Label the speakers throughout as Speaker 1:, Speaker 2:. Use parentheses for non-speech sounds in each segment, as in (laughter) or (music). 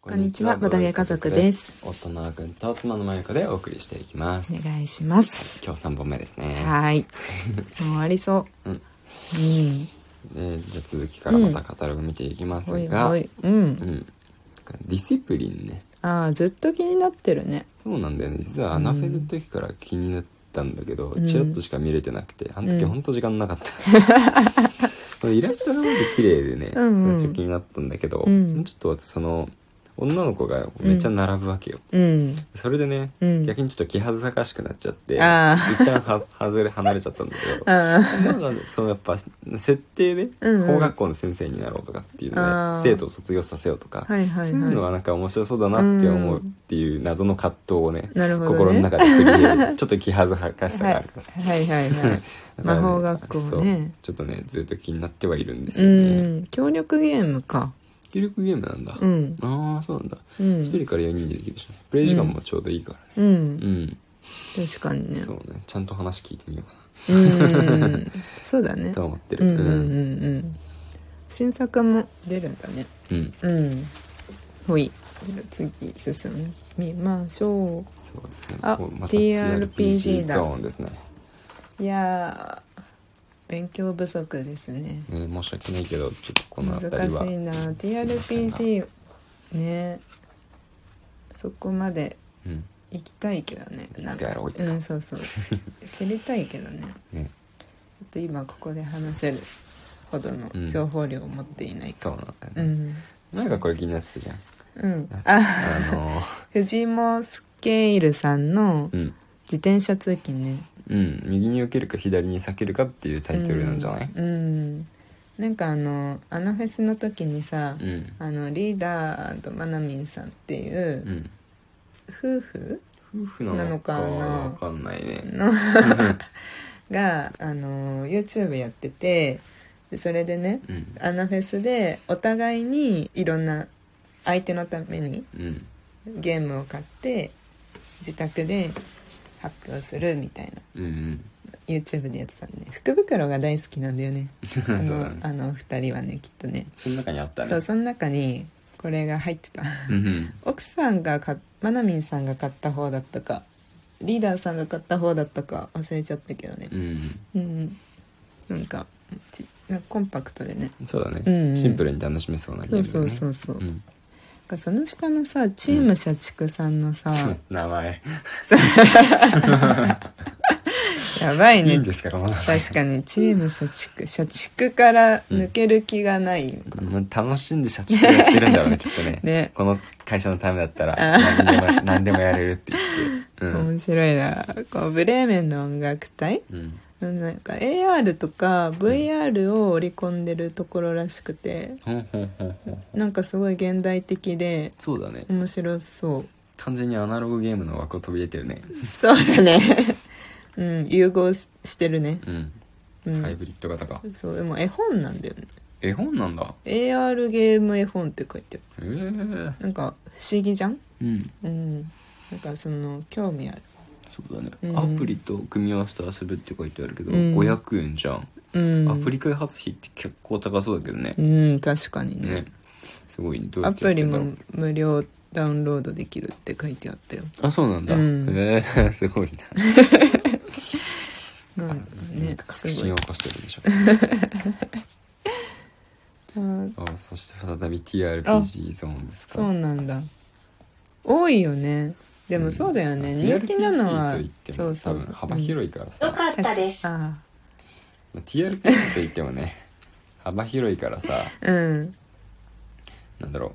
Speaker 1: こんにちはボドゲ家族です。
Speaker 2: 夫のあくんと妻のまゆこでお送りしていきます。
Speaker 1: お願いします。
Speaker 2: 今日3本目ですね。
Speaker 1: はーい。もうありそう。
Speaker 2: うんでじゃあ続きからまたカタログ見ていきます
Speaker 1: うん。おい
Speaker 2: が、
Speaker 1: おい。うん。
Speaker 2: うん。ディシプリンね。
Speaker 1: ああ、ずっと気になってるね。
Speaker 2: そうなんだよね。実はアナフェズの時から気になったんだけど、
Speaker 1: ん
Speaker 2: チラッとしか見れてなくて、あの時
Speaker 1: うん
Speaker 2: ほんと時間な
Speaker 1: (laughs)
Speaker 2: かった。このイラストがまず綺麗でね、
Speaker 1: うんうん
Speaker 2: 最初気になったんだけど、
Speaker 1: うん
Speaker 2: ちょっとその、女の子がめっちゃ並ぶわけよ。
Speaker 1: うん。
Speaker 2: それでね、
Speaker 1: うん
Speaker 2: 逆にちょっと気恥ずかしくなっちゃって、一
Speaker 1: あ
Speaker 2: 旦は外れ離れちゃったんだけ
Speaker 1: あ
Speaker 2: ど、なんかそうやっぱ設定で、
Speaker 1: うんうん
Speaker 2: 法学校の先生になろうとかっていう
Speaker 1: あ
Speaker 2: の
Speaker 1: ー
Speaker 2: で、生徒を卒業させようとか、
Speaker 1: あ。はいはい
Speaker 2: そういうの
Speaker 1: は
Speaker 2: がなんか面白そうだなって思うっていう謎の葛藤をね,、
Speaker 1: なるほどね
Speaker 2: 心の中で繰り広
Speaker 1: (laughs)
Speaker 2: げるちょっと気恥ずかし
Speaker 1: い。
Speaker 2: さ
Speaker 1: は
Speaker 2: があ
Speaker 1: い
Speaker 2: るからさ、
Speaker 1: はいはいはい。
Speaker 2: だからね
Speaker 1: 魔法学校ね
Speaker 2: そうちょっとねずっと気になってはいるんです
Speaker 1: う
Speaker 2: よね
Speaker 1: ん。協力ゲームか。
Speaker 2: 有力ゲームなんだ、
Speaker 1: うん。
Speaker 2: ああそうなんだ、
Speaker 1: う
Speaker 2: 一1
Speaker 1: ん。
Speaker 2: 人から4人でできるしねプレイ時間もちょうどいいからね
Speaker 1: う。
Speaker 2: うんん、
Speaker 1: 確かにね
Speaker 2: そ。うねちゃんと話聞いてみようか (laughs)
Speaker 1: うん。そうだ
Speaker 2: な
Speaker 1: ね
Speaker 2: と。思って
Speaker 1: う
Speaker 2: る
Speaker 1: んうんうんうん。新作も出るんだね。
Speaker 2: うんうん
Speaker 1: うん。ほい。じゃあ次進みましょ
Speaker 2: そうですね
Speaker 1: あ
Speaker 2: こう
Speaker 1: TRPG だ
Speaker 2: ゾーンですね
Speaker 1: う。いやー、勉強不足ですね。
Speaker 2: ね申し訳ないけどちょっとこの
Speaker 1: 難
Speaker 2: 辺りは
Speaker 1: しいな。
Speaker 2: すいませんが
Speaker 1: TRPG、ね。そこまで
Speaker 2: うん
Speaker 1: 行きたいけどね。
Speaker 2: い
Speaker 1: なん
Speaker 2: つかやろういつか
Speaker 1: ん、そ
Speaker 2: (laughs)
Speaker 1: うそう。知りたいけどね。
Speaker 2: ね
Speaker 1: ちょっと今ここで話せるほどの情報量を持っていないか
Speaker 2: そうなんだよね、
Speaker 1: ら。うん。
Speaker 2: なんかこれ気になってたじゃん。
Speaker 1: うん。あ、
Speaker 2: あの、
Speaker 1: 藤本スケールさんの
Speaker 2: うん。
Speaker 1: 自転車通勤ね。
Speaker 2: うん。右に避けるか左に避けるかっていうタイトルなんじゃない
Speaker 1: うん、うんなんかあのあのフェスの時にさ、
Speaker 2: うん。。
Speaker 1: あのリーダーとマナミンさんっていううん夫婦
Speaker 2: 夫婦な
Speaker 1: なの
Speaker 2: の
Speaker 1: か
Speaker 2: か
Speaker 1: な
Speaker 2: わかんないね。
Speaker 1: のがあの YouTube やっててでそれでね
Speaker 2: うん。
Speaker 1: アナフェスでお互いにいろんな相手のために
Speaker 2: うん。
Speaker 1: ゲームを買って自宅で発表するみたい
Speaker 2: う
Speaker 1: な
Speaker 2: んうん。
Speaker 1: YouTube でやってたんでね福袋が大好きなんだよねあ
Speaker 2: (laughs) そう
Speaker 1: の
Speaker 2: だね
Speaker 1: あの二人はねきっとね
Speaker 2: その中にあったね。
Speaker 1: そうその中にこれが入ってた
Speaker 2: うん
Speaker 1: 奥さんが買っまなみんさんが買った方だったかリーダーさんが買った方だったか忘れちゃったけどね
Speaker 2: うん。うん。
Speaker 1: うんなんかちなんかコンパクトでね
Speaker 2: そうだ
Speaker 1: うんうん
Speaker 2: ね。シンプルに楽しめそうなゲーム
Speaker 1: そ
Speaker 2: だ
Speaker 1: う
Speaker 2: ね。
Speaker 1: そうそうそう、
Speaker 2: う
Speaker 1: なん
Speaker 2: ん。
Speaker 1: かその下のさチーム社畜さんのさ、
Speaker 2: (laughs) 名前。
Speaker 1: やばい
Speaker 2: いい
Speaker 1: ね
Speaker 2: んですか、この名前
Speaker 1: 確かにチーム社畜社畜から抜ける気がない、
Speaker 2: まあ楽しんで社畜やってるんだろうね、きっとね。
Speaker 1: (laughs) ね
Speaker 2: この会社のためだったら、何でも何でもやれるって言って。うん。
Speaker 1: 面白いなこうブレーメンの音楽隊
Speaker 2: うん。
Speaker 1: なんか AR とか VR を織り込んでるところらしくて
Speaker 2: ほんほんほんほん。
Speaker 1: なんかすごい現代的で
Speaker 2: そうだね。
Speaker 1: 面白そ
Speaker 2: 完全にアナログゲームの枠を飛び出てるね
Speaker 1: うそうだね (laughs) うん融合ししてるね、
Speaker 2: うん、
Speaker 1: うん
Speaker 2: ハイブリッド型か
Speaker 1: そうでも絵本なんだよね
Speaker 2: 絵本なんだ
Speaker 1: AR ゲーム絵本って書いてあ
Speaker 2: ええー、
Speaker 1: るなんか不思議じゃん
Speaker 2: うん
Speaker 1: うんなんかその興味ある
Speaker 2: そうだね、
Speaker 1: うん
Speaker 2: アプリと組み合わせて遊ぶって書いてあるけど、
Speaker 1: うん
Speaker 2: 500円じゃん、
Speaker 1: うん
Speaker 2: アプリ開発費って結構高そうだけどね、
Speaker 1: うん確かにね
Speaker 2: ねすごいねどうや
Speaker 1: ア
Speaker 2: ってや
Speaker 1: プ
Speaker 2: って
Speaker 1: リ
Speaker 2: んだろう
Speaker 1: も無料ダウンロードできるって書いてあったよ
Speaker 2: あそうなんだ、
Speaker 1: うん
Speaker 2: えー、 (laughs) すごいな
Speaker 1: なんか
Speaker 2: なん
Speaker 1: ね
Speaker 2: か
Speaker 1: す
Speaker 2: 革
Speaker 1: ごい
Speaker 2: 新を起こしてるんでし
Speaker 1: (laughs)
Speaker 2: ょ
Speaker 1: あ
Speaker 2: あそして再び TRPG ゾーンですか
Speaker 1: そうなんだ多いよねでもそうだよね、人気なのは
Speaker 2: TRPG といっても
Speaker 1: そうそう
Speaker 2: 多
Speaker 1: そう
Speaker 2: 分幅広いからさ、
Speaker 3: よかったです。
Speaker 1: あ
Speaker 2: まあ TRPG といってもね (laughs) 幅広いからさ
Speaker 1: あうん
Speaker 2: なんだろう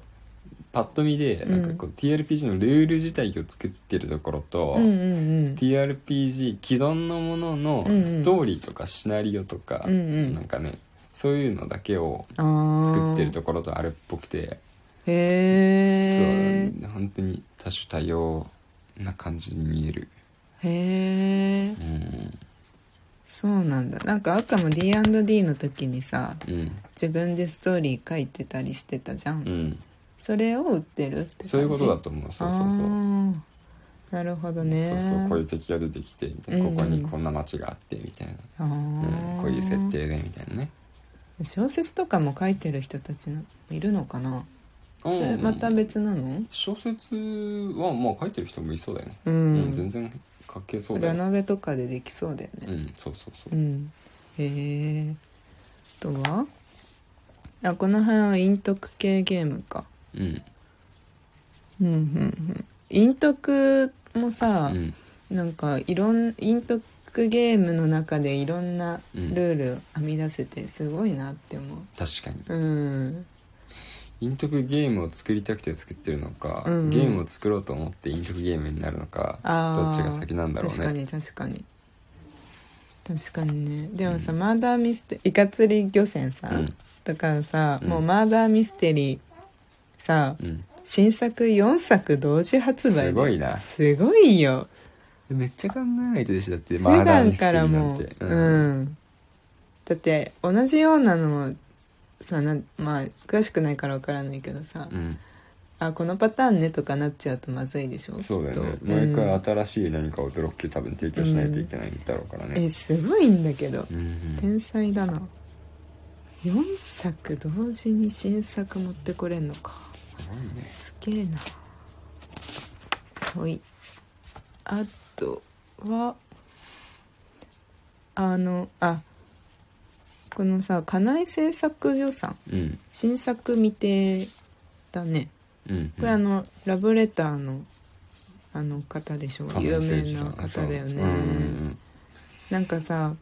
Speaker 2: パッと見でなんかこう TRPG のルール自体を作ってるところと、
Speaker 1: うんうんうん
Speaker 2: TRPG 既存のもの
Speaker 1: うんうん
Speaker 2: のストーリーとかシナリオとか、
Speaker 1: うんうん
Speaker 2: なんかねそういうのだけを
Speaker 1: ああ
Speaker 2: 作ってるところとあるっぽくて、
Speaker 1: へえ
Speaker 2: そう本当に多種多様な感じに見える
Speaker 1: へえ
Speaker 2: うん
Speaker 1: そうなんだなんか赤も D&D の時にさ
Speaker 2: うん
Speaker 1: 自分でストーリー書いてたりしてたじゃん、
Speaker 2: うん
Speaker 1: それを売ってるって感じ
Speaker 2: そういうことだと思うそうそうそう
Speaker 1: ああなるほどね
Speaker 2: そうそうこういう敵が出てきてみたいな、
Speaker 1: うんうん
Speaker 2: ここにこんな街があってみたいな、
Speaker 1: あー
Speaker 2: うんこういう設定でみたいなね
Speaker 1: 小説とかも書いてる人たちのいるのかなそれまた別なの
Speaker 2: 小説はまあ書いてる人もいそうだよね、
Speaker 1: う、
Speaker 2: うんん全然書けそうだ
Speaker 1: ラ
Speaker 2: よね
Speaker 1: 鍋とかでできそうだよ
Speaker 2: う
Speaker 1: ね
Speaker 2: んそうそうそううん
Speaker 1: へえあとはあこの辺は陰徳系ゲームか
Speaker 2: うん
Speaker 1: うんうんうん陰徳も
Speaker 2: う
Speaker 1: さ、
Speaker 2: ん
Speaker 1: なんかいろん陰徳ゲームの中でいろんなルール編み出せてすごいなって思
Speaker 2: 確かに
Speaker 1: ううん
Speaker 2: 陰徳ゲームを作りたくて作ってるのか、
Speaker 1: うんうん
Speaker 2: ゲームを作ろうと思って陰徳ゲームになるのか
Speaker 1: あー
Speaker 2: どっちが先なんだろう
Speaker 1: 確か
Speaker 2: ね
Speaker 1: に確かに確かにねでもさ、
Speaker 2: うん
Speaker 1: マーダーミステイカ釣り漁船さ、
Speaker 2: うん
Speaker 1: とかさ、
Speaker 2: うん
Speaker 1: もうマーダーミステリーさ
Speaker 2: うん
Speaker 1: 新作4作同時発売です
Speaker 2: ごいな
Speaker 1: すごいよ
Speaker 2: めっちゃ考えないとでしょだって
Speaker 1: 普
Speaker 2: ダー
Speaker 1: 段
Speaker 2: ミステ
Speaker 1: か
Speaker 2: リ
Speaker 1: ら
Speaker 2: ーな
Speaker 1: も
Speaker 2: ん
Speaker 1: う
Speaker 2: て、
Speaker 1: ん、だって同じようなのもさなんまあ詳しくないからわからないけどさ、
Speaker 2: うん
Speaker 1: あこのパターンねとかなっちゃうとまずいでしょ
Speaker 2: そうだよね
Speaker 1: きっと
Speaker 2: 毎
Speaker 1: うん
Speaker 2: 回新しい何かをブロック多分提供しないといけないんだろうから
Speaker 1: え
Speaker 2: ね、
Speaker 1: すごいんだけど
Speaker 2: うんうん
Speaker 1: 天才だな4作同時に新作持ってこれんのか
Speaker 2: すごいね
Speaker 1: すげえなほいあとはあのあこのさ金井製作所さん
Speaker 2: うん
Speaker 1: 新作未定だね
Speaker 2: うん
Speaker 1: これあの、ラブレターのあの方でしょう有名な方だよね、
Speaker 2: うんうん
Speaker 1: なんかさ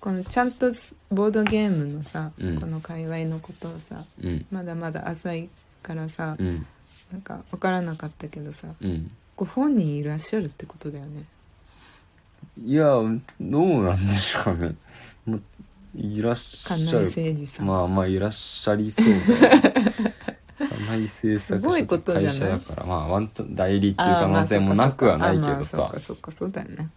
Speaker 1: このちゃんとボードゲームのさ、
Speaker 2: うん
Speaker 1: この界隈のことをさ
Speaker 2: うんうん
Speaker 1: まだまだ浅いからさ、
Speaker 2: うん
Speaker 1: なんか分からなかったけどさ
Speaker 2: うん
Speaker 1: ご本人いらっしゃるってことだよね
Speaker 2: いやどうなんでしょうねもういらっしゃ
Speaker 1: 金井
Speaker 2: る
Speaker 1: 誠二さん、
Speaker 2: まあまあいらっしゃりそうだね金井製
Speaker 1: す
Speaker 2: 作
Speaker 1: ごい
Speaker 2: 所
Speaker 1: こ
Speaker 2: と
Speaker 1: とじゃない
Speaker 2: 会社だからまあワンチャン代理っていう
Speaker 1: あ
Speaker 2: 可
Speaker 1: ーまあ
Speaker 2: 能性もなくはないけど
Speaker 1: そ
Speaker 2: さ
Speaker 1: っかそっかあーまあそっかそっかそうだよね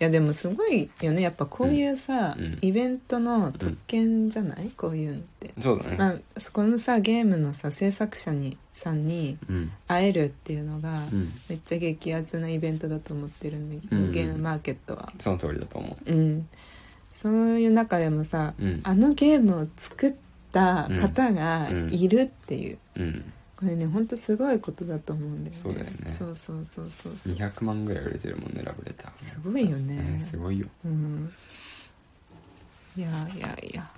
Speaker 1: いやでもすごいよねやっぱこういうさ、
Speaker 2: うんうん
Speaker 1: イベントの特権じゃない、こういうのって、
Speaker 2: そうだね、
Speaker 1: まあそこのさゲームのさ制作者にさんに
Speaker 2: うん
Speaker 1: 会えるっていうのが、
Speaker 2: うん
Speaker 1: めっちゃ激アツなイベントだと思ってるんだけど、
Speaker 2: うんうん
Speaker 1: ゲームマーケットは
Speaker 2: その通りだと思
Speaker 1: うんそういう中でもさ、
Speaker 2: ううん
Speaker 1: あのゲームを作った方が
Speaker 2: うん
Speaker 1: いるっていう、
Speaker 2: うん
Speaker 1: これねほんとすごいことだと思うんだよね
Speaker 2: そうだよね
Speaker 1: そうそうそうそうそう
Speaker 2: 200万ぐらい売れてるもんねラブレター
Speaker 1: すごいよね、
Speaker 2: ねすごいよ
Speaker 1: うんいやいやいや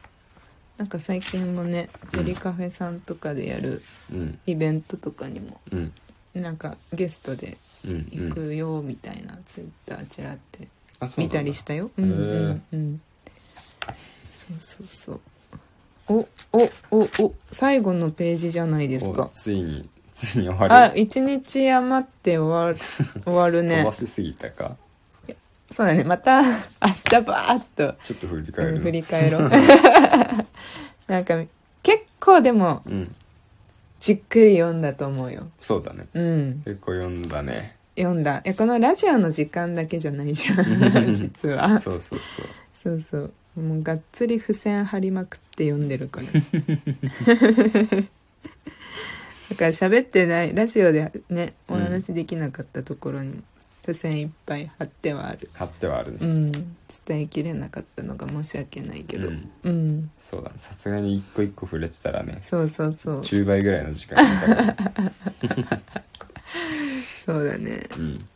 Speaker 1: なんか最近もねセリカフェさんとかでやる
Speaker 2: うん
Speaker 1: イベントとかにも
Speaker 2: うん
Speaker 1: なんかゲストで
Speaker 2: うん
Speaker 1: 行
Speaker 2: うん
Speaker 1: くよみたいなツイッターちらって
Speaker 2: あそう
Speaker 1: 見
Speaker 2: なん
Speaker 1: た
Speaker 2: だ
Speaker 1: りしたよ。う
Speaker 2: へ
Speaker 1: ん
Speaker 2: ー
Speaker 1: うんうん。そうそうそう。おおおお最後のページじゃないです
Speaker 2: お
Speaker 1: か。
Speaker 2: ついに (laughs) ついに終わ
Speaker 1: あ
Speaker 2: る
Speaker 1: 一日余って終わ
Speaker 2: (laughs)
Speaker 1: る終わる
Speaker 2: 飛
Speaker 1: ね
Speaker 2: ば。しすぎたか
Speaker 1: そうだねまた明日バーっと
Speaker 2: ちょっと振り返
Speaker 1: うん
Speaker 2: る
Speaker 1: 振り
Speaker 2: の
Speaker 1: 返
Speaker 2: (laughs)
Speaker 1: ろう。なんか結構でも
Speaker 2: うん
Speaker 1: じっくり読んだと思うよ。
Speaker 2: そうだね
Speaker 1: うん
Speaker 2: 結構読んだね
Speaker 1: 読んだ。いやこのラジオの時間だけじゃないじゃ
Speaker 2: (laughs)
Speaker 1: ん実は。
Speaker 2: そうそうそう
Speaker 1: そうそうもうがっつり付箋貼りまくって読んでるから (laughs) だから喋ってないラジオでねお話できなかったところにも付箋いっぱい貼ってはある
Speaker 2: 貼ってはあるね
Speaker 1: うん伝えきれなかったのが申し訳ないけど
Speaker 2: う
Speaker 1: うんん、
Speaker 2: そうだねさすがに一個一個触れてたらね
Speaker 1: そうそうそう
Speaker 2: 10倍ぐらいの時間かかる
Speaker 1: そうだね
Speaker 2: うん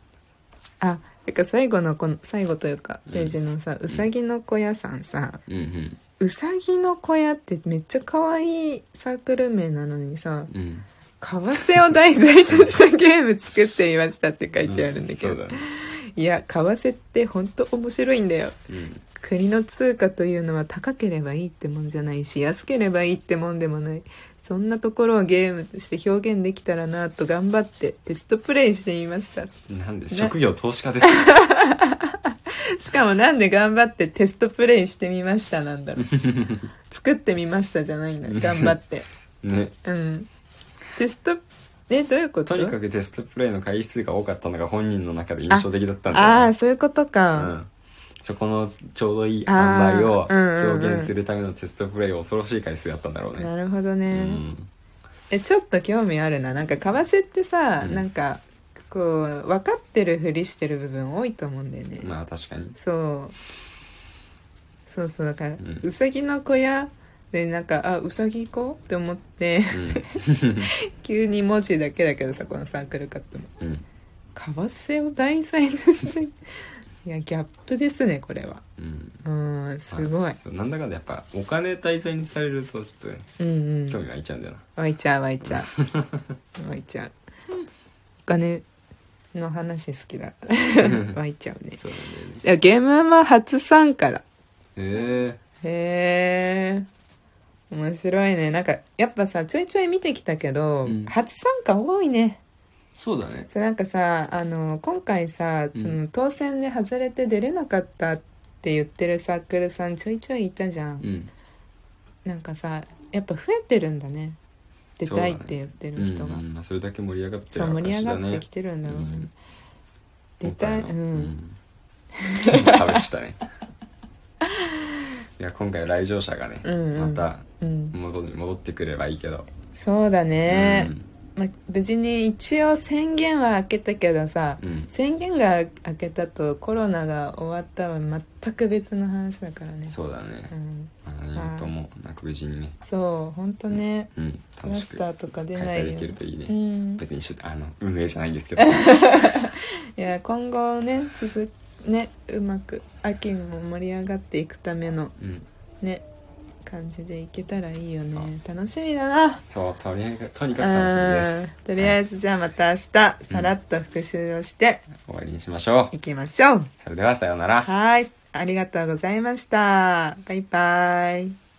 Speaker 1: あだから最後のこの最後というかページのさ、うさぎの小屋さんさ
Speaker 2: うん
Speaker 1: うさぎの小屋ってめっちゃ可愛いサークル名なのにさ、
Speaker 2: うんうん
Speaker 1: 為替を題材としたゲーム作っていましたって書いてあるんだけど、
Speaker 2: うそうだね
Speaker 1: いや為替って本当面白いんだよ
Speaker 2: うん
Speaker 1: 国の通貨というのは高ければいいってもんじゃないし安ければいいってもんでもないそんなところをゲームとして表現できたらなと頑張ってテストプレイしてみました
Speaker 2: なんで
Speaker 1: ね
Speaker 2: 職業投資家 (laughs) です
Speaker 1: しかもなんで頑張ってテストプレイしてみましたな
Speaker 2: (laughs)
Speaker 1: んだろう作ってみましたじゃないんだ頑張って
Speaker 2: ね
Speaker 1: うんテストえどういうこと
Speaker 2: とにかくテストプレイの回数が多かったのが本人の中で印象的だったんじゃ
Speaker 1: あ
Speaker 2: な
Speaker 1: あー
Speaker 2: い
Speaker 1: そういうこと
Speaker 2: う
Speaker 1: か、
Speaker 2: んそこのちょうどいい塩梅を
Speaker 1: あーうんうんうん
Speaker 2: 表現するためのテストプレイを恐ろしい回数やったんだろうね
Speaker 1: なるほど
Speaker 2: う
Speaker 1: ね、
Speaker 2: ん
Speaker 1: えちょっと興味あるななんか為替ってさ、
Speaker 2: うん
Speaker 1: なんかこう分かってるふりしてる部分多いと思うんだよね、
Speaker 2: まあ確かに
Speaker 1: そうそうそうだから、
Speaker 2: ん
Speaker 1: うさぎの小屋でなんかあうさぎ行こうって思って (laughs) 急に文字だけだけどさこのサークルカットも
Speaker 2: うんうん
Speaker 1: 為替を題材としていやギャップですねこれは
Speaker 2: うん
Speaker 1: うんすごい
Speaker 2: そうなんだかんだやっぱお金題材にされるとちょっとね
Speaker 1: うんう
Speaker 2: 興
Speaker 1: ん
Speaker 2: 味湧いちゃうんだよな
Speaker 1: 湧いちゃう湧いちゃう (laughs) 湧いちゃうお金の話好
Speaker 2: (laughs)
Speaker 1: きだ湧いちゃうね
Speaker 2: そうなんだよね
Speaker 1: いやゲームマ初参加だ
Speaker 2: え
Speaker 1: へえ面白いねなんかやっぱさちょいちょい見てきたけど、
Speaker 2: うん
Speaker 1: 初参加多いね
Speaker 2: ー、そうだね
Speaker 1: そうなんかさあの今回さ
Speaker 2: う
Speaker 1: そ
Speaker 2: ん
Speaker 1: の当選で外れて出れなかったって言ってるサークルさんちょいちょいいたじゃ
Speaker 2: う
Speaker 1: ん、
Speaker 2: ん
Speaker 1: なんかさやっぱ増えてるんだね出たいって言ってる人が
Speaker 2: うんうんまあ、それだけ盛り上がって
Speaker 1: そう,、盛り上がってき
Speaker 2: て
Speaker 1: てるんだろうね、
Speaker 2: うん
Speaker 1: 出たいうん、
Speaker 2: 食べした (laughs) ねいや今回来場者がね、
Speaker 1: うんうん
Speaker 2: また
Speaker 1: うん
Speaker 2: 戻り戻ってくればいいけど、
Speaker 1: そうだね、
Speaker 2: うん
Speaker 1: まあ、無事に一応宣言は開けたけどさ、
Speaker 2: うん
Speaker 1: 宣言が明けたとコロナが終わったは全く別の話だからね
Speaker 2: そうだね
Speaker 1: う、ん、
Speaker 2: まあ、何事もなんか無事にね、
Speaker 1: そう本当ね、
Speaker 2: うん、楽
Speaker 1: マ
Speaker 2: し
Speaker 1: ス
Speaker 2: く
Speaker 1: ター
Speaker 2: 開
Speaker 1: とか出ない
Speaker 2: 催
Speaker 1: よ
Speaker 2: できるといいね、
Speaker 1: うん、
Speaker 2: 別に一緒あの運営じゃないんですけ (laughs) ど
Speaker 1: いや今後ね続くねうまく秋も盛り上がっていくための
Speaker 2: うん
Speaker 1: ね感じでいけたらいいよね楽しみだな
Speaker 2: そうとりあえずとにかく楽しみです
Speaker 1: うんとりあえずじゃあまた明日、さらっと復習をして
Speaker 2: 終わりにしましょう
Speaker 1: いきましょう
Speaker 2: それではさようなら
Speaker 1: はいありがとうございましたバイバイ